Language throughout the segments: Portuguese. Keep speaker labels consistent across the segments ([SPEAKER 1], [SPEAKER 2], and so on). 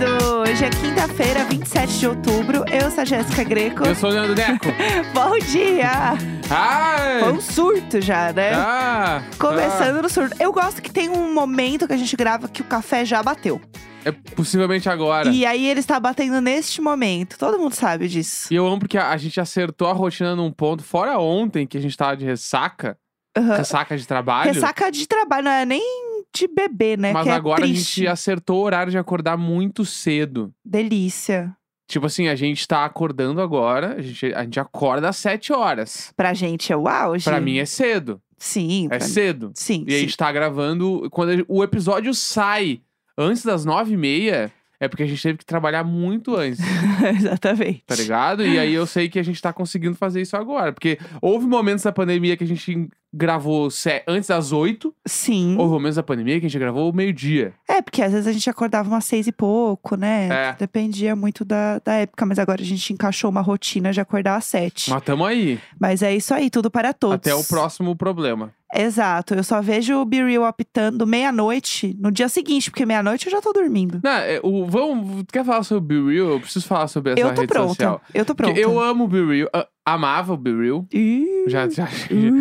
[SPEAKER 1] um hoje é quinta-feira, 27 de outubro. Eu sou a Jéssica Greco.
[SPEAKER 2] Eu sou o Leandro Neco.
[SPEAKER 1] Bom dia!
[SPEAKER 2] Ai!
[SPEAKER 1] Foi um surto já, né?
[SPEAKER 2] Ah!
[SPEAKER 1] Começando no surto. Eu gosto que tem um momento que a gente grava que o café já bateu.
[SPEAKER 2] ah. É possivelmente agora. E...
[SPEAKER 1] E aí ele está batendo neste momento. Todo mundo sabe disso.
[SPEAKER 2] eu amo porque a, a gente acertou a rotina num ponto, fora ontem que a gente tava de ressaca,
[SPEAKER 1] Aham.
[SPEAKER 2] ressaca de trabalho.
[SPEAKER 1] Ressaca de trabalho, não é nem de bebê, né?
[SPEAKER 2] Mas
[SPEAKER 1] que é
[SPEAKER 2] agora
[SPEAKER 1] triste.
[SPEAKER 2] a gente acertou o horário de acordar muito cedo.
[SPEAKER 1] Delícia.
[SPEAKER 2] Tipo assim, a gente tá acordando agora, a gente, a gente acorda às 7 horas.
[SPEAKER 1] Pra gente é o auge.
[SPEAKER 2] Pra mim é cedo.
[SPEAKER 1] Sim.
[SPEAKER 2] É
[SPEAKER 1] pra-
[SPEAKER 2] cedo.
[SPEAKER 1] Sim,
[SPEAKER 2] E a
[SPEAKER 1] sim.
[SPEAKER 2] gente tá gravando. Quando a- o episódio sai antes das nove e meia, é porque a gente teve que trabalhar muito antes,
[SPEAKER 1] Exatamente.
[SPEAKER 2] tá ligado? E aí eu sei que a gente tá conseguindo fazer isso agora. Porque houve momentos da pandemia que a gente gravou se- antes das oito,
[SPEAKER 1] Sim.
[SPEAKER 2] houve momentos da pandemia que a gente gravou meio-dia.
[SPEAKER 1] É, porque às vezes a gente acordava umas seis e pouco, né?
[SPEAKER 2] É.
[SPEAKER 1] Dependia muito da, da época, mas agora a gente encaixou uma rotina de acordar às sete.
[SPEAKER 2] Mas tamo aí.
[SPEAKER 1] Mas é isso aí, tudo para todos.
[SPEAKER 2] Até o próximo problema.
[SPEAKER 1] Exato. Eu só vejo o Be Real apitando meia-noite no dia seguinte, porque meia-noite eu já tô dormindo.
[SPEAKER 2] Não, é, o, vamos, tu quer falar sobre o Be Real? Eu preciso falar sobre essa é
[SPEAKER 1] eu tô
[SPEAKER 2] rede
[SPEAKER 1] pronta.
[SPEAKER 2] social.
[SPEAKER 1] Eu tô
[SPEAKER 2] Porque
[SPEAKER 1] pronta.
[SPEAKER 2] eu amo o Be Real, a- amava o Be Real.
[SPEAKER 1] Ih,
[SPEAKER 2] Já, já, já,
[SPEAKER 1] ih.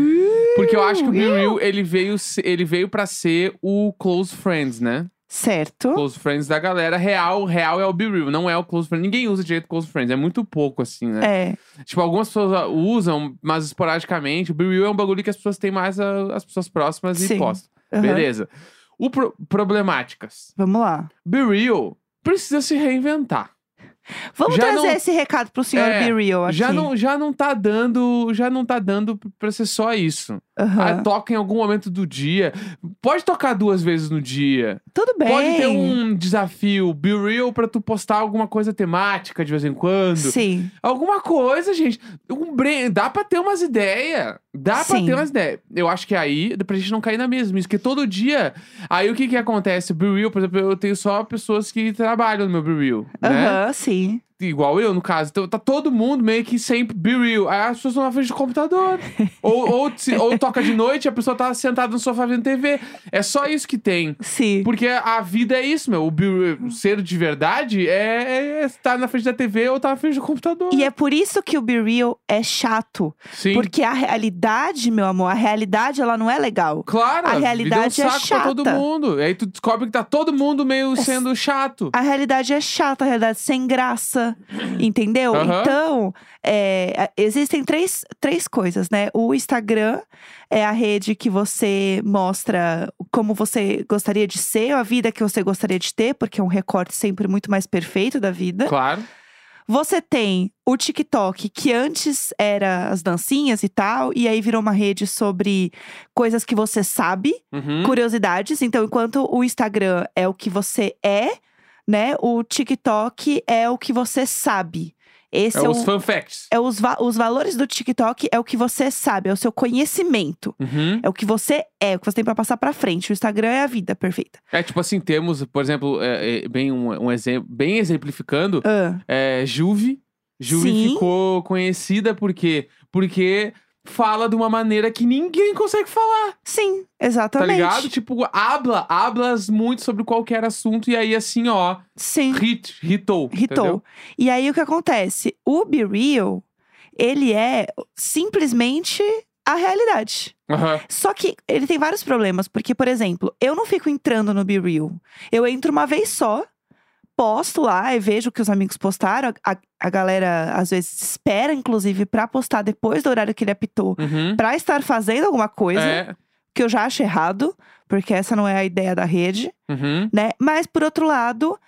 [SPEAKER 2] Porque eu acho que o Be Real, ele veio, se- ele veio pra ser o Close Friends, né?
[SPEAKER 1] Certo.
[SPEAKER 2] Close Friends da galera real, real é o Be Real, não é o Close Friends. Ninguém usa direito Close Friends, é muito pouco assim, né?
[SPEAKER 1] É,
[SPEAKER 2] Tipo, algumas pessoas usam, mas esporadicamente. O Be Real é um bagulho que as pessoas têm mais a- as pessoas próximas
[SPEAKER 1] Sim.
[SPEAKER 2] e postam.
[SPEAKER 1] aham.
[SPEAKER 2] Beleza. O pro- problemáticas.
[SPEAKER 1] Vamos lá.
[SPEAKER 2] Be Real precisa se reinventar.
[SPEAKER 1] Vamos
[SPEAKER 2] Já
[SPEAKER 1] trazer
[SPEAKER 2] não-
[SPEAKER 1] esse recado pro senhor
[SPEAKER 2] É,
[SPEAKER 1] Be Real aqui.
[SPEAKER 2] Já não, já não tá dando, já não tá dando pra ser só isso.
[SPEAKER 1] Aham.
[SPEAKER 2] Ah, toca em algum momento do dia. Pode tocar duas vezes no dia.
[SPEAKER 1] Tudo bem.
[SPEAKER 2] Pode ter um desafio, be real, pra tu postar alguma coisa temática de vez em quando.
[SPEAKER 1] Sim.
[SPEAKER 2] Alguma coisa, gente. Um bre... Dá pra ter umas ideias. Dá pra
[SPEAKER 1] Sim.
[SPEAKER 2] ter umas ideias. Eu acho que aí, pra gente não cair na mesma. Isso que todo dia. Aí o que que acontece? Be real, por exemplo, eu tenho só pessoas que trabalham no meu be real. Né?
[SPEAKER 1] Aham, sim.
[SPEAKER 2] Igual eu, no caso. Então tá todo mundo meio que sempre be real. Aí as pessoas estão na frente do computador. ou, ou, se- ou toca de noite, a pessoa tá sentada no sofá vendo TV. É só isso que tem.
[SPEAKER 1] Sim.
[SPEAKER 2] Porque a vida é isso, meu. O bi- ser de verdade é é estar na frente da TV ou estar na frente do computador.
[SPEAKER 1] E é por isso que o Be Real é chato.
[SPEAKER 2] Sim.
[SPEAKER 1] Porque a realidade, meu amor, a realidade ela não é legal.
[SPEAKER 2] Claro,
[SPEAKER 1] a
[SPEAKER 2] vida
[SPEAKER 1] realidade
[SPEAKER 2] é
[SPEAKER 1] é
[SPEAKER 2] um saco pra todo
[SPEAKER 1] chata. É
[SPEAKER 2] mundo. E aí tu descobre que tá todo mundo meio sendo chato.
[SPEAKER 1] A realidade é chata, a realidade é sem graça, entendeu?
[SPEAKER 2] Aham.
[SPEAKER 1] Então, é, a- existem três, três coisas, né? O Instagram é a rede que você mostra como você gostaria de ser, a vida que você gostaria de ter, porque é um recorte sempre muito mais perfeito da vida.
[SPEAKER 2] Claro.
[SPEAKER 1] Você tem o TikTok, que antes era as dancinhas e tal, e aí virou uma rede sobre coisas que você sabe,
[SPEAKER 2] Uhum.
[SPEAKER 1] curiosidades. Então, enquanto o Instagram é o que você é, né, o TikTok é o que você sabe. Esse
[SPEAKER 2] É
[SPEAKER 1] é,
[SPEAKER 2] os
[SPEAKER 1] o.
[SPEAKER 2] fan facts.
[SPEAKER 1] É os, va- os valores do TikTok é o que você sabe, é o seu conhecimento.
[SPEAKER 2] Uhum.
[SPEAKER 1] É o que você é, o que você tem pra passar pra frente. O Instagram é a vida perfeita.
[SPEAKER 2] É tipo assim, temos, por exemplo, é, é, bem um, um exemplo, bem exemplificando,
[SPEAKER 1] Ah,
[SPEAKER 2] é, Juve. Juve
[SPEAKER 1] Sim.
[SPEAKER 2] ficou conhecida por quê? Porque fala de uma maneira que ninguém consegue falar.
[SPEAKER 1] sim,
[SPEAKER 2] Tá
[SPEAKER 1] exatamente.
[SPEAKER 2] ligado? Tipo, habla, hablas muito sobre qualquer assunto e aí assim, ó,
[SPEAKER 1] Sim.
[SPEAKER 2] hit, hitou.
[SPEAKER 1] Ritou.
[SPEAKER 2] entendeu?
[SPEAKER 1] E aí o que acontece? O Be Real, ele é simplesmente a realidade.
[SPEAKER 2] Aham.
[SPEAKER 1] Só que ele tem vários problemas, porque, por exemplo, eu não fico entrando no Be Real. Eu entro uma vez só, posto lá e vejo o que os amigos postaram. A, a- a galera, às vezes, espera, inclusive, pra postar depois do horário que ele apitou,
[SPEAKER 2] Uhum.
[SPEAKER 1] pra estar fazendo alguma coisa,
[SPEAKER 2] É.
[SPEAKER 1] que eu já acho errado, porque essa não é a ideia da rede
[SPEAKER 2] Uhum.
[SPEAKER 1] né? Mas por outro lado,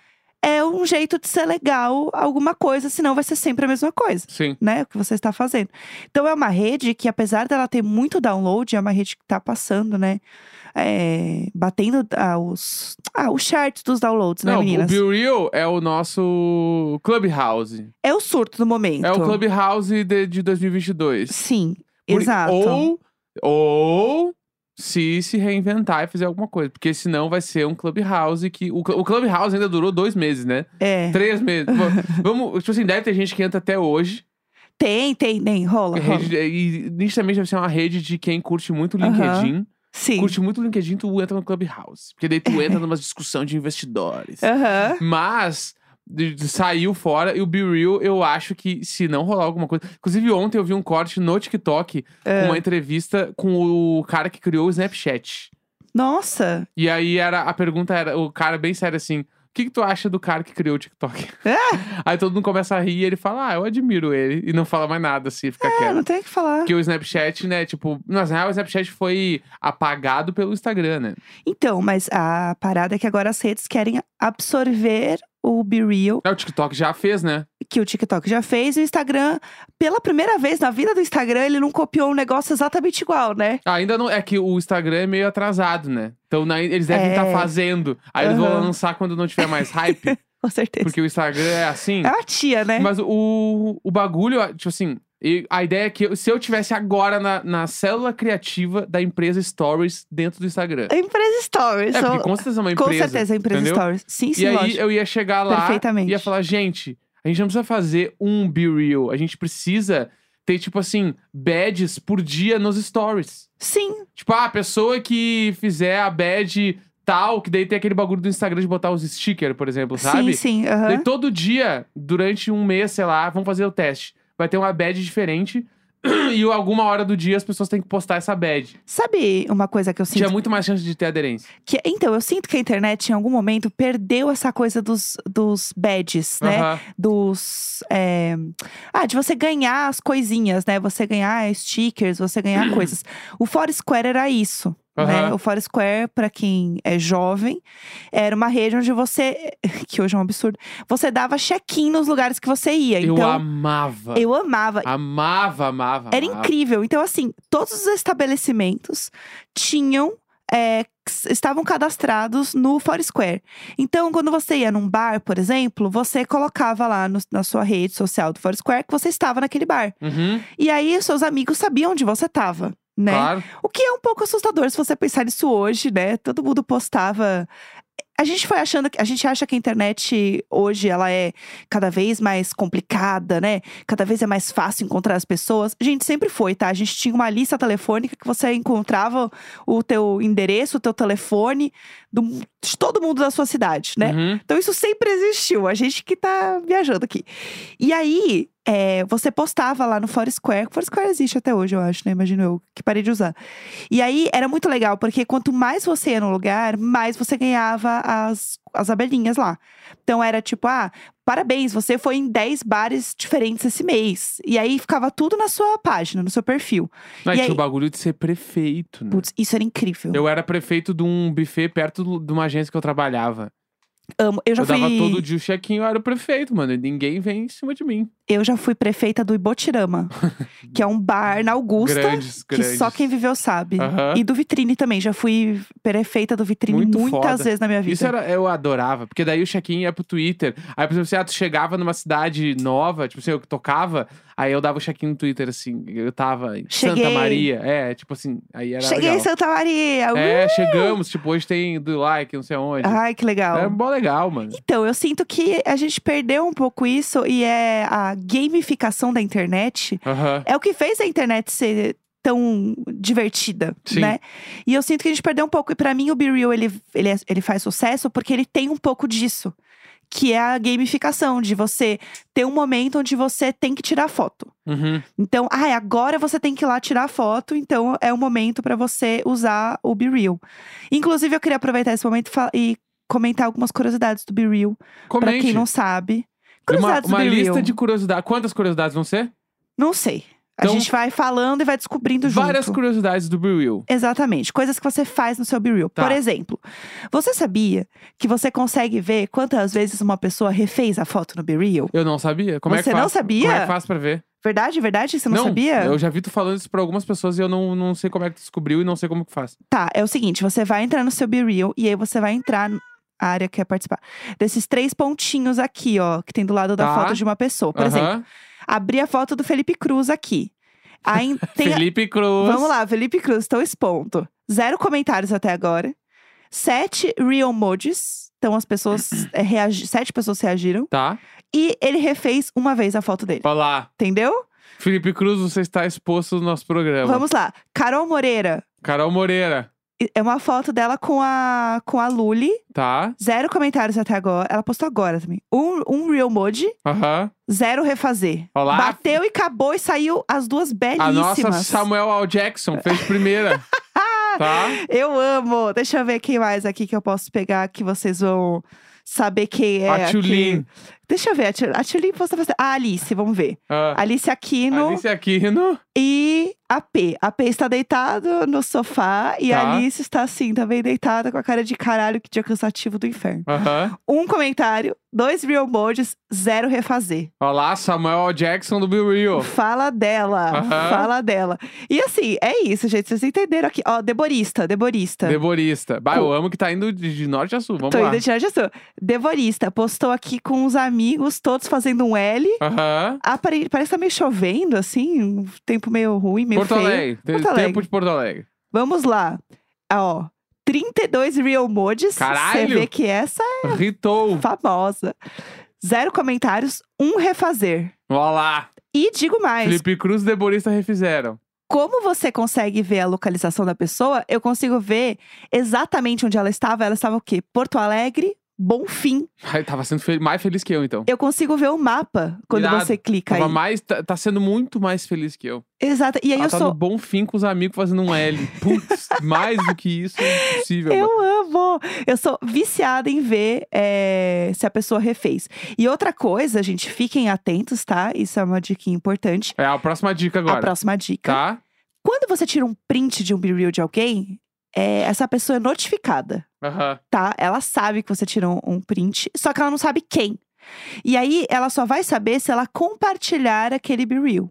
[SPEAKER 1] é um jeito de ser legal alguma coisa, senão vai ser sempre a mesma coisa,
[SPEAKER 2] Sim.
[SPEAKER 1] né? O que você está fazendo. Então é uma rede que, apesar dela ter muito download, é uma rede que está passando, né? É, batendo ah, os, ah, os charts dos downloads, né,
[SPEAKER 2] Não, o
[SPEAKER 1] meninas?
[SPEAKER 2] Be Real é o nosso Clubhouse.
[SPEAKER 1] É o surto do momento.
[SPEAKER 2] É o Clubhouse de, de 2022.
[SPEAKER 1] Sim,
[SPEAKER 2] Por-
[SPEAKER 1] exato.
[SPEAKER 2] Ou, ou se se reinventar e fazer alguma coisa. Porque senão vai ser um Clubhouse que... O, cl- o Clubhouse ainda durou dois meses, né?
[SPEAKER 1] É.
[SPEAKER 2] Três meses. Vam- Vamos... Tipo assim, deve ter gente que entra até hoje.
[SPEAKER 1] Tem, tem, tem. Rola, rola.
[SPEAKER 2] Rede, e nitidamente deve ser uma rede de quem curte muito o
[SPEAKER 1] Aham.
[SPEAKER 2] LinkedIn.
[SPEAKER 1] Sim.
[SPEAKER 2] Curte muito o LinkedIn, tu entra no Clubhouse. Porque daí tu entra numa discussão de investidores.
[SPEAKER 1] Aham.
[SPEAKER 2] Mas de- de- saiu fora. E o Be Real, eu acho que se não rolar alguma coisa. Inclusive, ontem eu vi um corte no TikTok com uma entrevista com o cara que criou o Snapchat.
[SPEAKER 1] Nossa!
[SPEAKER 2] E aí era a pergunta era, o cara bem sério assim. O que, que tu acha do cara que criou o TikTok? Aí todo mundo começa a rir e ele fala, ah, eu admiro ele. E não fala mais nada, assim, fica
[SPEAKER 1] É,
[SPEAKER 2] quieto.
[SPEAKER 1] não tem o que falar.
[SPEAKER 2] Porque o Snapchat, né, tipo... Mas na real, o Snapchat foi apagado pelo Instagram, né?
[SPEAKER 1] Então, mas a parada é que agora as redes querem absorver o Be Real,
[SPEAKER 2] É, o TikTok já fez, né?
[SPEAKER 1] que o TikTok já fez, e o Instagram, pela primeira vez na vida do Instagram, ele não copiou um negócio exatamente igual, né?
[SPEAKER 2] Ainda não... É que o Instagram é meio atrasado, né? Então na- eles devem
[SPEAKER 1] É.
[SPEAKER 2] estar fazendo. Aí eles
[SPEAKER 1] Aham.
[SPEAKER 2] vão lançar quando não tiver mais hype.
[SPEAKER 1] Com certeza.
[SPEAKER 2] porque o Instagram é assim.
[SPEAKER 1] É uma tia, né?
[SPEAKER 2] Mas o, o bagulho, tipo assim... e A ideia é que eu- se eu tivesse agora na, na célula criativa da empresa Stories dentro do Instagram.
[SPEAKER 1] A empresa Stories.
[SPEAKER 2] É, porque
[SPEAKER 1] ó.
[SPEAKER 2] com certeza é uma
[SPEAKER 1] com
[SPEAKER 2] empresa.
[SPEAKER 1] certeza a empresa
[SPEAKER 2] entendeu?
[SPEAKER 1] Stories. Sim, sim,
[SPEAKER 2] E aí
[SPEAKER 1] lógico.
[SPEAKER 2] eu ia chegar lá e
[SPEAKER 1] Perfeitamente.
[SPEAKER 2] ia falar, gente, a gente não precisa fazer um Be Real. A gente precisa ter, tipo assim, badges por dia nos stories.
[SPEAKER 1] Sim,
[SPEAKER 2] Tipo, ah, a pessoa que fizer a badge tal, que daí tem aquele bagulho do Instagram de botar os stickers, por exemplo, sabe?
[SPEAKER 1] sim, sim. aham.
[SPEAKER 2] Daí todo dia, durante um mês, sei lá, vamos fazer o teste. Vai ter uma badge diferente e alguma hora do dia as pessoas têm que postar essa badge.
[SPEAKER 1] Sabe uma coisa que eu sinto?
[SPEAKER 2] Tinha muito mais chance de ter aderência.
[SPEAKER 1] Que, então, eu sinto que a internet, em algum momento, perdeu essa coisa dos, dos badges, né?
[SPEAKER 2] Aham.
[SPEAKER 1] dos. é, Ah, de você ganhar as coisinhas, né? Você ganhar stickers, você ganhar coisas. O Foursquare era isso. Né?
[SPEAKER 2] Aham.
[SPEAKER 1] O Foursquare, pra quem é jovem, era uma rede onde você. que hoje é um absurdo. Você dava check-in nos lugares que você ia.
[SPEAKER 2] eu
[SPEAKER 1] então,
[SPEAKER 2] amava.
[SPEAKER 1] eu amava.
[SPEAKER 2] Amava, amava.
[SPEAKER 1] Era
[SPEAKER 2] amava.
[SPEAKER 1] incrível. Então, assim, todos os estabelecimentos tinham. é, s- estavam cadastrados no Foursquare. Então, quando você ia num bar, por exemplo, você colocava lá no- na sua rede social do Foursquare que você estava naquele bar.
[SPEAKER 2] Uhum,
[SPEAKER 1] E aí, seus amigos sabiam onde você estava, né?
[SPEAKER 2] Claro.
[SPEAKER 1] O que é um pouco assustador se você pensar nisso hoje, né? Todo mundo postava. A gente foi achando que a gente acha que a internet hoje ela é cada vez mais complicada, né? Cada vez é mais fácil encontrar as pessoas. Gente, sempre foi, tá? A gente tinha uma lista telefônica que você encontrava o teu endereço, o teu telefone do- de todo mundo da sua cidade, né?
[SPEAKER 2] Uhum.
[SPEAKER 1] Então isso sempre existiu, a gente que tá viajando aqui. E aí, é, você postava lá no Foursquare, Foursquare existe até hoje, eu acho, né? Imagino eu, que parei de usar. E aí, era muito legal, porque quanto mais você ia no lugar, mais você ganhava as, as abelhinhas lá. Então era tipo, ah, parabéns, você foi em 10 bares diferentes esse mês. E aí, ficava tudo na sua página, no seu perfil.
[SPEAKER 2] Mas
[SPEAKER 1] E
[SPEAKER 2] tinha
[SPEAKER 1] aí-
[SPEAKER 2] o bagulho de ser prefeito, né?
[SPEAKER 1] Putz, isso era incrível.
[SPEAKER 2] Eu era prefeito de um buffet perto do- de uma agência que eu trabalhava.
[SPEAKER 1] Amo. Eu já,
[SPEAKER 2] eu dava
[SPEAKER 1] fui,
[SPEAKER 2] todo dia o check-in, eu era o prefeito, mano. E ninguém vem em cima de mim.
[SPEAKER 1] eu já fui prefeita do Ibotirama, que é um bar na Augusta.
[SPEAKER 2] grandes,
[SPEAKER 1] Que
[SPEAKER 2] grandes.
[SPEAKER 1] só quem viveu sabe.
[SPEAKER 2] Aham.
[SPEAKER 1] E do Vitrine também. Já fui prefeita do Vitrine
[SPEAKER 2] Muito
[SPEAKER 1] muitas
[SPEAKER 2] foda.
[SPEAKER 1] vezes na minha vida.
[SPEAKER 2] Isso era, eu adorava, porque daí o check-in ia pro Twitter. Aí, por exemplo, assim, ah, tu chegava numa cidade nova, tipo assim, eu que tocava, aí eu dava o check-in no Twitter, assim, eu tava em Santa
[SPEAKER 1] Cheguei.
[SPEAKER 2] Maria. É, tipo assim, aí era
[SPEAKER 1] Cheguei
[SPEAKER 2] legal.
[SPEAKER 1] em Santa Maria! Uh!
[SPEAKER 2] É, chegamos, tipo, hoje tem do like, não sei aonde.
[SPEAKER 1] Ai, que legal.
[SPEAKER 2] Era mó legal, mano.
[SPEAKER 1] Então, eu sinto que a gente perdeu um pouco isso e é a gamificação da internet.
[SPEAKER 2] Aham.
[SPEAKER 1] É o que fez a internet ser tão divertida,
[SPEAKER 2] Sim.
[SPEAKER 1] né? E eu sinto que a gente perdeu um pouco. E pra mim, o Be Real, ele, ele, é- ele faz sucesso porque ele tem um pouco disso. Que é a gamificação, de você ter um momento onde você tem que tirar foto.
[SPEAKER 2] Uhum.
[SPEAKER 1] Então, ai, agora você tem que ir lá tirar a foto, então é o momento pra você usar o Be Real. Inclusive, eu queria aproveitar esse momento e fa- e comentar algumas curiosidades do Be Real, pra
[SPEAKER 2] Comente.
[SPEAKER 1] quem não sabe.
[SPEAKER 2] E uma
[SPEAKER 1] Curiosidades
[SPEAKER 2] uma
[SPEAKER 1] do Be
[SPEAKER 2] lista
[SPEAKER 1] Real.
[SPEAKER 2] de curiosidades. Quantas curiosidades vão ser?
[SPEAKER 1] Não sei.
[SPEAKER 2] Então-
[SPEAKER 1] a gente vai falando e vai descobrindo junto.
[SPEAKER 2] Várias curiosidades do Be Real.
[SPEAKER 1] Exatamente, coisas que você faz no seu Be Real.
[SPEAKER 2] Tá.
[SPEAKER 1] Por exemplo, você sabia que você consegue ver quantas vezes uma pessoa refez a foto no Be Real?
[SPEAKER 2] Eu não sabia. Como é
[SPEAKER 1] Você
[SPEAKER 2] que
[SPEAKER 1] não
[SPEAKER 2] faz?
[SPEAKER 1] sabia?
[SPEAKER 2] Como é que faz pra ver?
[SPEAKER 1] Verdade, verdade? Você não, sabia?
[SPEAKER 2] Eu já vi tu falando isso pra algumas pessoas e eu não, não sei como é que tu descobriu e não sei como que faz.
[SPEAKER 1] Tá, é o seguinte, você vai entrar no seu Be Real e aí você vai entrar na área que quer participar. Desses três pontinhos aqui, ó, que tem do lado da
[SPEAKER 2] Tá.
[SPEAKER 1] foto de uma pessoa. Por
[SPEAKER 2] Aham.
[SPEAKER 1] exemplo, abri a foto do Felipe Cruz aqui. Aí tem.
[SPEAKER 2] Felipe Cruz.
[SPEAKER 1] Vamos lá, Felipe Cruz, estou expondo. Zero comentários até agora. Sete real emojis. Então as pessoas é, reagi- sete pessoas reagiram.
[SPEAKER 2] Tá?
[SPEAKER 1] E ele refez uma vez a foto dele.
[SPEAKER 2] Olá.
[SPEAKER 1] Entendeu?
[SPEAKER 2] Felipe Cruz, você está exposto no nosso programa.
[SPEAKER 1] Vamos lá. Carol Moreira,
[SPEAKER 2] Carol Moreira.
[SPEAKER 1] É uma foto dela com a, com a Luli.
[SPEAKER 2] Tá.
[SPEAKER 1] Zero comentários até agora. Ela postou agora também. Um, um real emoji,
[SPEAKER 2] Aham.
[SPEAKER 1] zero refazer.
[SPEAKER 2] Olá.
[SPEAKER 1] Bateu e acabou e saiu as duas
[SPEAKER 2] A
[SPEAKER 1] belíssimas.
[SPEAKER 2] nossa Samuel L. Jackson fez primeira. tá?
[SPEAKER 1] Eu amo. Deixa eu ver quem mais aqui que eu posso pegar que vocês vão saber quem é.
[SPEAKER 2] a
[SPEAKER 1] aqui.
[SPEAKER 2] Tulin.
[SPEAKER 1] Deixa eu ver. A Tio- A Tulin posta bastante. A Alice, vamos ver.
[SPEAKER 2] Ah,
[SPEAKER 1] Alice Aquino
[SPEAKER 2] Alice Aquino.
[SPEAKER 1] e a P. A P está deitado no sofá e
[SPEAKER 2] Tá.
[SPEAKER 1] a Alice está assim, também deitada com a cara de caralho, que dia cansativo do inferno.
[SPEAKER 2] Aham.
[SPEAKER 1] Um comentário, dois real emojis, zero refazer.
[SPEAKER 2] Olá, Samuel L. Jackson do Bill Real.
[SPEAKER 1] Fala dela,
[SPEAKER 2] Aham.
[SPEAKER 1] fala dela. E assim, é isso, gente. Vocês entenderam aqui. Ó, deborista, deborista.
[SPEAKER 2] Deborista. Bah, eu amo que tá indo de, de norte a sul. Vamos
[SPEAKER 1] Tô
[SPEAKER 2] lá.
[SPEAKER 1] indo tirar de assunto. Devorista postou aqui com os amigos, todos fazendo um L.
[SPEAKER 2] Aham.
[SPEAKER 1] Apare... Parece que tá meio chovendo, assim, um tempo meio ruim, meio
[SPEAKER 2] Porto
[SPEAKER 1] feio.
[SPEAKER 2] Alegre. Te-
[SPEAKER 1] Porto Alegre.
[SPEAKER 2] Tempo de Porto Alegre.
[SPEAKER 1] Vamos lá. Ah, Ó, 32 real modes. Você
[SPEAKER 2] Caralho!
[SPEAKER 1] vê que essa é
[SPEAKER 2] Ritou.
[SPEAKER 1] famosa. Zero comentários, um refazer.
[SPEAKER 2] Olá.
[SPEAKER 1] E digo mais,
[SPEAKER 2] Felipe Cruz e Deborista refizeram.
[SPEAKER 1] como você consegue ver a localização da pessoa, eu consigo ver exatamente onde ela estava. Ela estava o quê? Porto Alegre, Bonfim.
[SPEAKER 2] Ai, tava sendo fel- mais feliz que eu, então.
[SPEAKER 1] Eu consigo ver o mapa quando
[SPEAKER 2] Irado.
[SPEAKER 1] você clica aí.
[SPEAKER 2] Tava mais, tá, tá sendo muito mais feliz que eu.
[SPEAKER 1] Exato. E aí
[SPEAKER 2] Ela
[SPEAKER 1] eu
[SPEAKER 2] tá
[SPEAKER 1] sou.
[SPEAKER 2] no bom fim com os amigos fazendo um L. Putz, mais do que isso é impossível. mano.
[SPEAKER 1] Eu amo! Eu sou viciada em ver é, se a pessoa refez. E outra coisa, gente, fiquem atentos, tá? Isso é uma dica importante.
[SPEAKER 2] É a próxima dica
[SPEAKER 1] A
[SPEAKER 2] agora.
[SPEAKER 1] próxima dica.
[SPEAKER 2] Tá?
[SPEAKER 1] Quando você tira um print de um Be Real de alguém, é, essa pessoa é notificada.
[SPEAKER 2] Aham.
[SPEAKER 1] tá? Ela sabe que você tirou um print, só que ela não sabe quem. E aí, ela só vai saber se ela compartilhar aquele Be Real.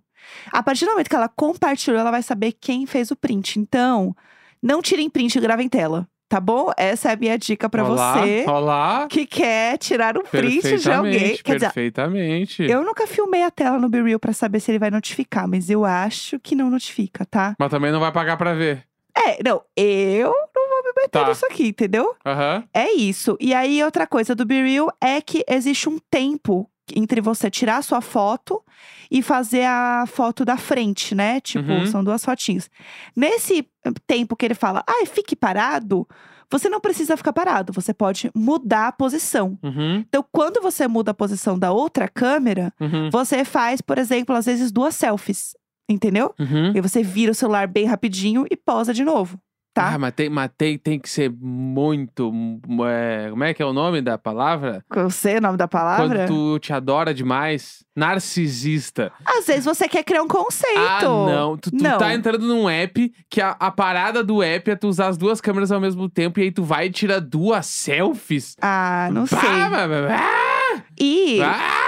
[SPEAKER 1] A partir do momento que ela compartilhou, ela vai saber quem fez o print. Então, não tirem print e gravem tela, tá bom? Essa é a minha dica pra
[SPEAKER 2] Olá,
[SPEAKER 1] você
[SPEAKER 2] Olá.
[SPEAKER 1] que quer tirar um print de alguém.
[SPEAKER 2] Perfeitamente,
[SPEAKER 1] Quer dizer,
[SPEAKER 2] perfeitamente.
[SPEAKER 1] eu nunca filmei a tela no Be Real pra saber se ele vai notificar, mas eu acho que não notifica, tá?
[SPEAKER 2] Mas também não vai pagar pra ver.
[SPEAKER 1] É, não, eu não vou me meter
[SPEAKER 2] Tá.
[SPEAKER 1] nisso aqui, entendeu?
[SPEAKER 2] Aham.
[SPEAKER 1] É isso. E aí, outra coisa do Be Real é que existe um tempo entre você tirar a sua foto e fazer a foto da frente, né? Tipo,
[SPEAKER 2] Uhum.
[SPEAKER 1] são duas fotinhas. Nesse tempo que ele fala, ai, fique parado, você não precisa ficar parado, você pode mudar a posição.
[SPEAKER 2] Uhum.
[SPEAKER 1] Então, quando você muda a posição da outra câmera,
[SPEAKER 2] Uhum.
[SPEAKER 1] você faz, por exemplo, às vezes duas selfies, entendeu?
[SPEAKER 2] Uhum.
[SPEAKER 1] E você vira o celular bem rapidinho e posa de novo, tá?
[SPEAKER 2] Ah, mas, tem, mas tem, tem que ser muito. mu- é, como é que é o nome da palavra?
[SPEAKER 1] Eu sei é o nome da palavra.
[SPEAKER 2] Quando tu te adora demais. Narcisista.
[SPEAKER 1] Às vezes você quer criar um conceito.
[SPEAKER 2] Ah, não. Tu, tu
[SPEAKER 1] Não.
[SPEAKER 2] tá entrando num app que a, a parada do app é tu usar as duas câmeras ao mesmo tempo e aí tu vai e tira duas selfies.
[SPEAKER 1] Ah, não sei.
[SPEAKER 2] Ah, mas- mas- ah,
[SPEAKER 1] E
[SPEAKER 2] ah!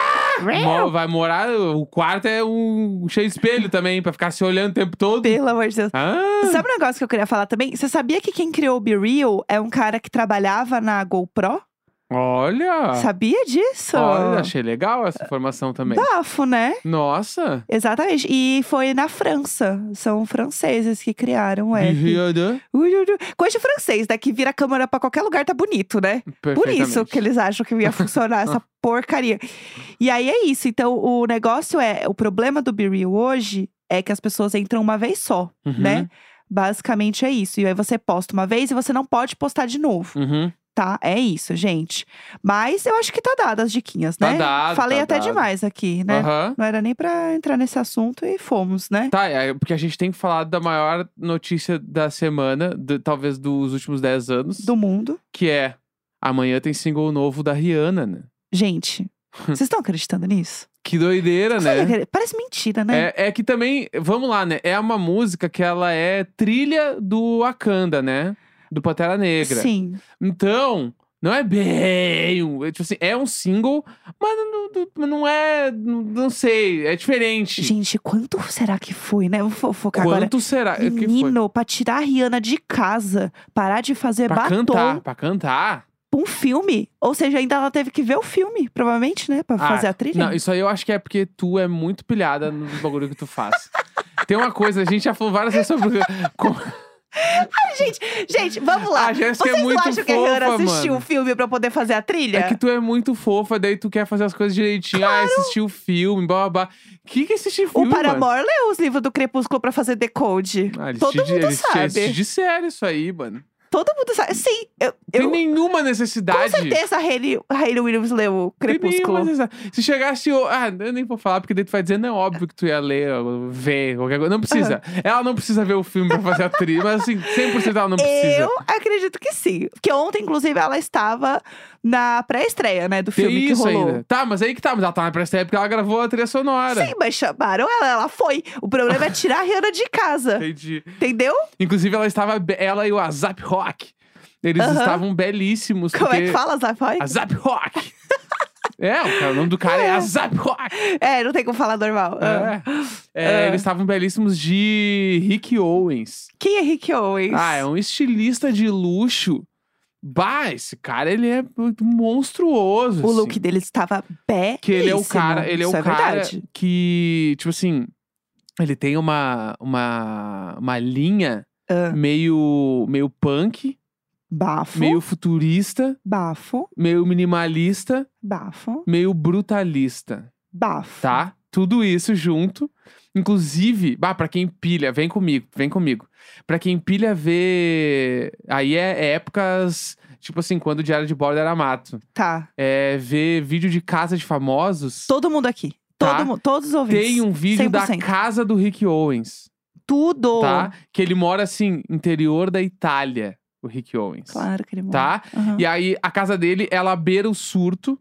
[SPEAKER 1] Real.
[SPEAKER 2] Mo- vai morar. O quarto é um cheio de espelho também, pra ficar se olhando o tempo todo.
[SPEAKER 1] pelo amor de Deus.
[SPEAKER 2] Ah,
[SPEAKER 1] Sabe um negócio que eu queria falar também? Você sabia que quem criou o Be Real é um cara que trabalhava na GoPro?
[SPEAKER 2] olha.
[SPEAKER 1] Sabia disso?
[SPEAKER 2] Ah. Olha, achei legal essa informação também.
[SPEAKER 1] Bafo, né?
[SPEAKER 2] Nossa.
[SPEAKER 1] Exatamente. E foi na França. São franceses que criaram o Um app.
[SPEAKER 2] Obrigada.
[SPEAKER 1] Ui, ui, ui. Coisa de francês, né? Que vira a câmera pra qualquer lugar, tá bonito, né? Por isso que eles acham que ia funcionar essa porcaria. E aí é isso. Então, o negócio é: o problema do Be Real hoje é que as pessoas entram uma vez só,
[SPEAKER 2] Uhum.
[SPEAKER 1] né? Basicamente é isso. E aí você posta uma vez e você não pode postar de novo,
[SPEAKER 2] Uhum.
[SPEAKER 1] tá? É isso, gente. Mas eu acho que tá dado as diquinhas,
[SPEAKER 2] Tá
[SPEAKER 1] né?
[SPEAKER 2] dado,
[SPEAKER 1] Falei
[SPEAKER 2] tá
[SPEAKER 1] até
[SPEAKER 2] dado.
[SPEAKER 1] demais aqui, né?
[SPEAKER 2] Aham.
[SPEAKER 1] Não era nem pra entrar nesse assunto e fomos, né?
[SPEAKER 2] Tá, é, porque a gente tem falado da maior notícia da semana, do- talvez dos últimos 10 anos,
[SPEAKER 1] Do mundo.
[SPEAKER 2] que é amanhã tem single novo da Rihanna, né?
[SPEAKER 1] Gente, vocês estão acreditando nisso?
[SPEAKER 2] Que doideira,
[SPEAKER 1] Vocês
[SPEAKER 2] né?
[SPEAKER 1] acreditam? Parece mentira, né?
[SPEAKER 2] É, é que também, vamos lá, né? É uma música que ela é trilha do Wakanda, né? Do Pantera Negra.
[SPEAKER 1] Sim.
[SPEAKER 2] Então, não é bem. um- é, Tipo assim, é um single, mas não, não- não é. Não, não sei, é diferente.
[SPEAKER 1] Gente, quanto será que foi, né? Vou fo- focar
[SPEAKER 2] Quanto
[SPEAKER 1] agora.
[SPEAKER 2] será? O que foi?
[SPEAKER 1] Menino, pra tirar a Rihanna de casa, parar de fazer
[SPEAKER 2] Pra
[SPEAKER 1] batom
[SPEAKER 2] cantar, pra cantar.
[SPEAKER 1] pra um filme. Ou seja, ainda ela teve que ver o filme, provavelmente, né? Pra
[SPEAKER 2] Ah,
[SPEAKER 1] fazer a trilha.
[SPEAKER 2] Não, isso aí eu acho que é porque tu é muito pilhada no bagulho que tu faz. Tem uma coisa, a gente já falou várias vezes sobre. co-
[SPEAKER 1] Gente, gente, vamos lá.
[SPEAKER 2] A Jéssica é
[SPEAKER 1] Vocês não
[SPEAKER 2] muito
[SPEAKER 1] acham que a Rihanna
[SPEAKER 2] fofa,
[SPEAKER 1] assistiu o
[SPEAKER 2] mano.
[SPEAKER 1] filme pra poder fazer a trilha?
[SPEAKER 2] É que tu é muito fofa, daí tu quer fazer as coisas direitinho. Ah, assistir o filme, blá blá blá. Que que é assistir filme?
[SPEAKER 1] O Paramore leu os livros do Crepúsculo pra fazer decode.
[SPEAKER 2] mano? Ah, eles
[SPEAKER 1] Todo
[SPEAKER 2] te,
[SPEAKER 1] mundo
[SPEAKER 2] eles te-
[SPEAKER 1] sabe.
[SPEAKER 2] eles te disseram isso aí, mano.
[SPEAKER 1] Todo mundo sabe. Sim, eu.
[SPEAKER 2] Tem
[SPEAKER 1] eu-
[SPEAKER 2] nenhuma
[SPEAKER 1] com
[SPEAKER 2] necessidade.
[SPEAKER 1] certeza a Hayley, a Hayley Williams leu o
[SPEAKER 2] Tem nenhuma
[SPEAKER 1] Crepúsculo.
[SPEAKER 2] necessidade. Se chegasse. o- Ah, eu nem vou falar, porque daí tu vai dizer, não, é óbvio que tu ia ler, ou ver, qualquer coisa. Não precisa. Ela não precisa ver o filme pra fazer a trilha, mas assim, 100% ela não precisa.
[SPEAKER 1] Eu acredito que sim. Porque ontem, inclusive, ela estava na pré-estreia, né, do
[SPEAKER 2] Tem
[SPEAKER 1] filme
[SPEAKER 2] isso
[SPEAKER 1] que rolou.
[SPEAKER 2] ainda. Tá, mas aí que tá, mas ela tá na presta época, ela gravou a trilha sonora.
[SPEAKER 1] Sim, mas chamaram ela, ela foi. O problema é tirar a Rihanna de casa.
[SPEAKER 2] Entendi.
[SPEAKER 1] Entendeu?
[SPEAKER 2] Inclusive, ela estava. be- Ela e o Azap Rock. Eles
[SPEAKER 1] Aham.
[SPEAKER 2] estavam belíssimos.
[SPEAKER 1] Como é
[SPEAKER 2] porque
[SPEAKER 1] que fala, Zafai?
[SPEAKER 2] Azap Rock. é, o, cara- o nome do cara é,
[SPEAKER 1] É.
[SPEAKER 2] Azap Rock.
[SPEAKER 1] É, não tem como falar normal. Ah.
[SPEAKER 2] É. É,
[SPEAKER 1] Ah.
[SPEAKER 2] Eles estavam belíssimos de Rick Owens.
[SPEAKER 1] Quem é Rick Owens?
[SPEAKER 2] Ah, é um estilista de luxo. Bah, esse cara, ele é monstruoso.
[SPEAKER 1] O
[SPEAKER 2] assim.
[SPEAKER 1] look dele estava belíssimo.
[SPEAKER 2] Que ele é o cara, ele é o
[SPEAKER 1] Isso
[SPEAKER 2] cara
[SPEAKER 1] verdade.
[SPEAKER 2] que, tipo assim, ele tem uma, uma, uma linha
[SPEAKER 1] Ah.
[SPEAKER 2] meio, meio punk,
[SPEAKER 1] Bafo,
[SPEAKER 2] meio futurista,
[SPEAKER 1] bafo,
[SPEAKER 2] meio minimalista,
[SPEAKER 1] bafo,
[SPEAKER 2] meio brutalista,
[SPEAKER 1] bafo.
[SPEAKER 2] tá? Tudo isso junto. Inclusive, bah, pra quem pilha, vem comigo, vem comigo. Pra quem pilha ver. Aí é, é épocas, tipo assim, quando o Diário de Bordo era mato.
[SPEAKER 1] Tá.
[SPEAKER 2] É ver vídeo de casa de famosos.
[SPEAKER 1] Todo mundo aqui.
[SPEAKER 2] Tá.
[SPEAKER 1] Todo mu- todos os ouvintes.
[SPEAKER 2] Tem um vídeo da
[SPEAKER 1] 100%.
[SPEAKER 2] casa do Rick Owens,
[SPEAKER 1] Tudo.
[SPEAKER 2] tá? Que ele mora assim, interior da Itália, o Rick Owens.
[SPEAKER 1] Claro que ele morre.
[SPEAKER 2] Tá?
[SPEAKER 1] Aham.
[SPEAKER 2] E aí, a casa dele, ela beira o surto,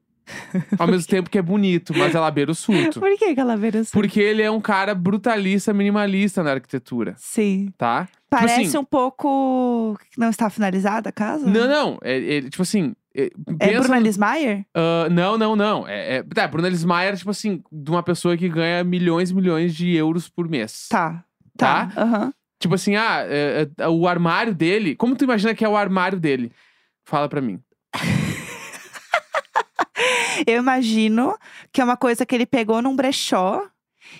[SPEAKER 2] ao mesmo tempo que é bonito, mas ela beira o surto.
[SPEAKER 1] Por que Calaveira assim?
[SPEAKER 2] Porque ele é um cara brutalista, minimalista na arquitetura,
[SPEAKER 1] Sim.
[SPEAKER 2] tá?
[SPEAKER 1] Parece
[SPEAKER 2] assim-
[SPEAKER 1] um pouco. que Não está finalizada a casa?
[SPEAKER 2] Não, não, é- ele, tipo assim. É,
[SPEAKER 1] É
[SPEAKER 2] pensa-
[SPEAKER 1] Bruna Lismayer?
[SPEAKER 2] Ah, não, não, não. É, é, tá, Bruna Lismayer, tipo assim, de uma pessoa que ganha milhões e milhões de euros por mês.
[SPEAKER 1] Tá. Tá. Aham.
[SPEAKER 2] Tipo assim, ah, é, é, o armário dele. Como tu imagina que é o armário dele? Fala pra mim.
[SPEAKER 1] Eu imagino que é uma coisa que ele pegou num brechó.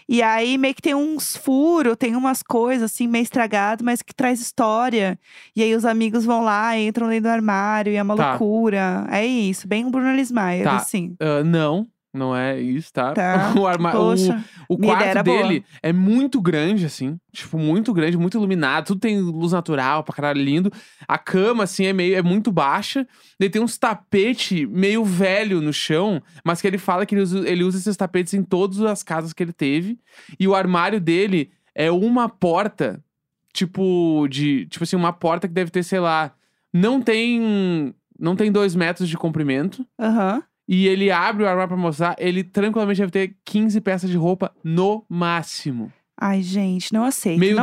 [SPEAKER 1] E aí meio que tem uns furos, tem umas coisas assim meio estragado, mas que traz história. E aí os amigos vão lá, entram dentro do armário e é uma
[SPEAKER 2] Tá.
[SPEAKER 1] loucura. É isso, bem o Bruno Lismayer,
[SPEAKER 2] Tá.
[SPEAKER 1] assim.
[SPEAKER 2] Ah, não, não é isso, tá?
[SPEAKER 1] Tá.
[SPEAKER 2] o, arma... o,
[SPEAKER 1] Poxa,
[SPEAKER 2] o
[SPEAKER 1] minha ideia
[SPEAKER 2] quarto
[SPEAKER 1] era boa.
[SPEAKER 2] dele é muito grande, assim. Tipo, muito grande, muito iluminado. Tudo tem luz natural pra caralho lindo. A cama, assim, é meio é muito baixa. Daí tem uns tapete meio velho no chão, mas que ele fala que ele usa, ele usa esses tapetes em todas as casas que ele teve. E o armário dele é uma porta, tipo, de. Tipo assim, uma porta que deve ter, sei lá. Não tem. Não tem dois metros de comprimento.
[SPEAKER 1] Aham.
[SPEAKER 2] E ele abre o armário pra mostrar, ele tranquilamente deve ter 15 peças de roupa no máximo.
[SPEAKER 1] Ai, gente, não aceito.
[SPEAKER 2] meio
[SPEAKER 1] não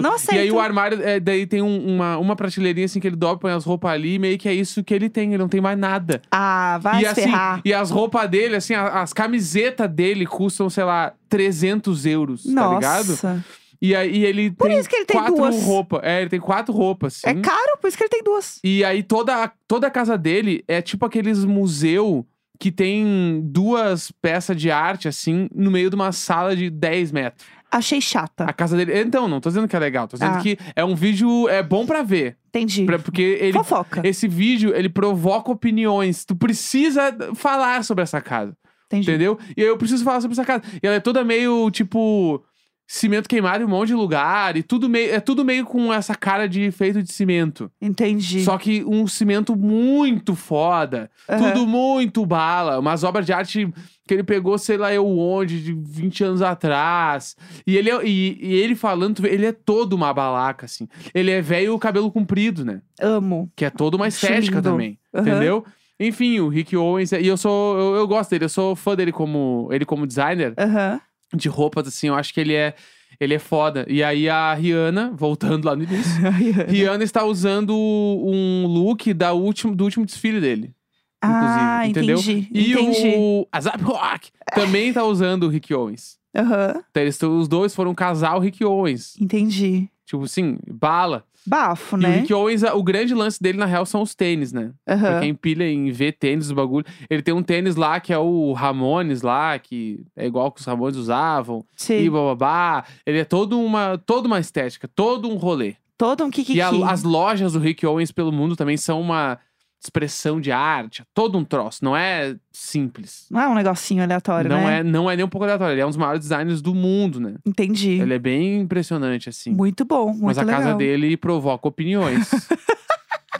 [SPEAKER 1] Aceito, não aceito.
[SPEAKER 2] E aí o armário, é, daí tem um- uma, uma prateleirinha assim que ele dobra, põe as roupas ali, e meio que é isso que ele tem, ele não tem mais nada.
[SPEAKER 1] Ah, vai
[SPEAKER 2] e
[SPEAKER 1] se
[SPEAKER 2] assim,
[SPEAKER 1] ferrar.
[SPEAKER 2] e as roupas dele, assim, a- as camisetas dele custam, sei lá, 300 euros, tá ligado?
[SPEAKER 1] Nossa.
[SPEAKER 2] E aí ele
[SPEAKER 1] Por
[SPEAKER 2] tem
[SPEAKER 1] isso que ele tem
[SPEAKER 2] quatro
[SPEAKER 1] duas.
[SPEAKER 2] roupas. É, ele tem quatro roupas, assim. sim.
[SPEAKER 1] É caro, por isso que ele tem duas.
[SPEAKER 2] E aí toda, toda a casa dele é tipo aqueles museu que tem duas peças de arte, assim, no meio de uma sala de 10 metros.
[SPEAKER 1] Achei chata.
[SPEAKER 2] A casa dele. Então, não tô dizendo que é legal, tô dizendo
[SPEAKER 1] Ah.
[SPEAKER 2] que é um vídeo. É bom pra ver.
[SPEAKER 1] Entendi.
[SPEAKER 2] pra- porque ele.
[SPEAKER 1] Fofoca.
[SPEAKER 2] Esse vídeo, ele provoca opiniões. Tu precisa falar sobre essa casa.
[SPEAKER 1] Entendi.
[SPEAKER 2] Entendeu? E aí eu preciso falar sobre essa casa. E ela é toda meio, tipo, cimento queimado em um monte de lugar. E tudo meio. É tudo meio com essa cara de feito de cimento.
[SPEAKER 1] Entendi.
[SPEAKER 2] Só que um cimento muito foda.
[SPEAKER 1] Aham.
[SPEAKER 2] Tudo muito bala. Umas obras de arte que ele pegou, sei lá eu onde, de 20 anos atrás. E ele, é- e, e ele falando, tu vê, ele é todo uma balaca, assim. Ele é velho cabelo comprido, né?
[SPEAKER 1] Amo.
[SPEAKER 2] Que é toda uma
[SPEAKER 1] Acho
[SPEAKER 2] estética
[SPEAKER 1] lindo.
[SPEAKER 2] também.
[SPEAKER 1] Aham.
[SPEAKER 2] Entendeu? Enfim, o Rick Owens. é- E eu sou. Eu, eu gosto dele, eu sou fã dele como, ele como designer
[SPEAKER 1] Aham.
[SPEAKER 2] de roupas, assim. Eu acho que ele é. Ele é foda. E aí a Rihanna, voltando lá no início. Rihanna está usando um look da última, do último desfile dele.
[SPEAKER 1] Ah,
[SPEAKER 2] inclusive, entendeu?
[SPEAKER 1] entendi.
[SPEAKER 2] E
[SPEAKER 1] entendi.
[SPEAKER 2] o Azap Rock também está usando o Rick Owens.
[SPEAKER 1] Aham,
[SPEAKER 2] Então, eles, tão- os dois foram um casal Rick Owens.
[SPEAKER 1] entendi.
[SPEAKER 2] Tipo assim, bala.
[SPEAKER 1] Bafo,
[SPEAKER 2] E o
[SPEAKER 1] né?
[SPEAKER 2] Rick Owens, o grande lance dele, na real, são os tênis, né?
[SPEAKER 1] Aham.
[SPEAKER 2] Pra quem pilha em ver tênis, o bagulho. Ele tem um tênis lá que é o Ramones lá, que é igual que os Ramones usavam.
[SPEAKER 1] Sim.
[SPEAKER 2] E bababá. Ele é todo uma, toda uma estética, todo um rolê.
[SPEAKER 1] Todo um kikiki.
[SPEAKER 2] E a- as lojas do Rick Owens pelo mundo também são uma expressão de arte, é todo um troço, não é simples.
[SPEAKER 1] Não é um negocinho aleatório,
[SPEAKER 2] não
[SPEAKER 1] né?
[SPEAKER 2] é, não é nem um pouco aleatório, ele é um dos maiores designers do mundo, né?
[SPEAKER 1] Entendi.
[SPEAKER 2] Ele é bem impressionante assim.
[SPEAKER 1] Muito bom, muito
[SPEAKER 2] Mas a
[SPEAKER 1] legal.
[SPEAKER 2] casa dele provoca opiniões.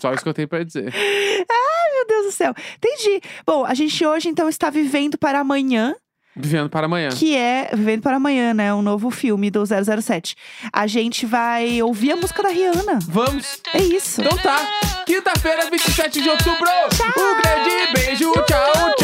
[SPEAKER 2] Só isso que eu tenho pra dizer.
[SPEAKER 1] Meu Deus do céu. Entendi. Bom, a gente hoje então está vivendo para amanhã,
[SPEAKER 2] Vivendo para amanhã.
[SPEAKER 1] que é Vivendo para amanhã, né? Um novo filme do 007. A gente vai ouvir a música da Rihanna.
[SPEAKER 2] Vamos.
[SPEAKER 1] É isso.
[SPEAKER 2] Então tá. Quinta-feira, 27 de outubro. Um grande beijo. Tchau, tchau.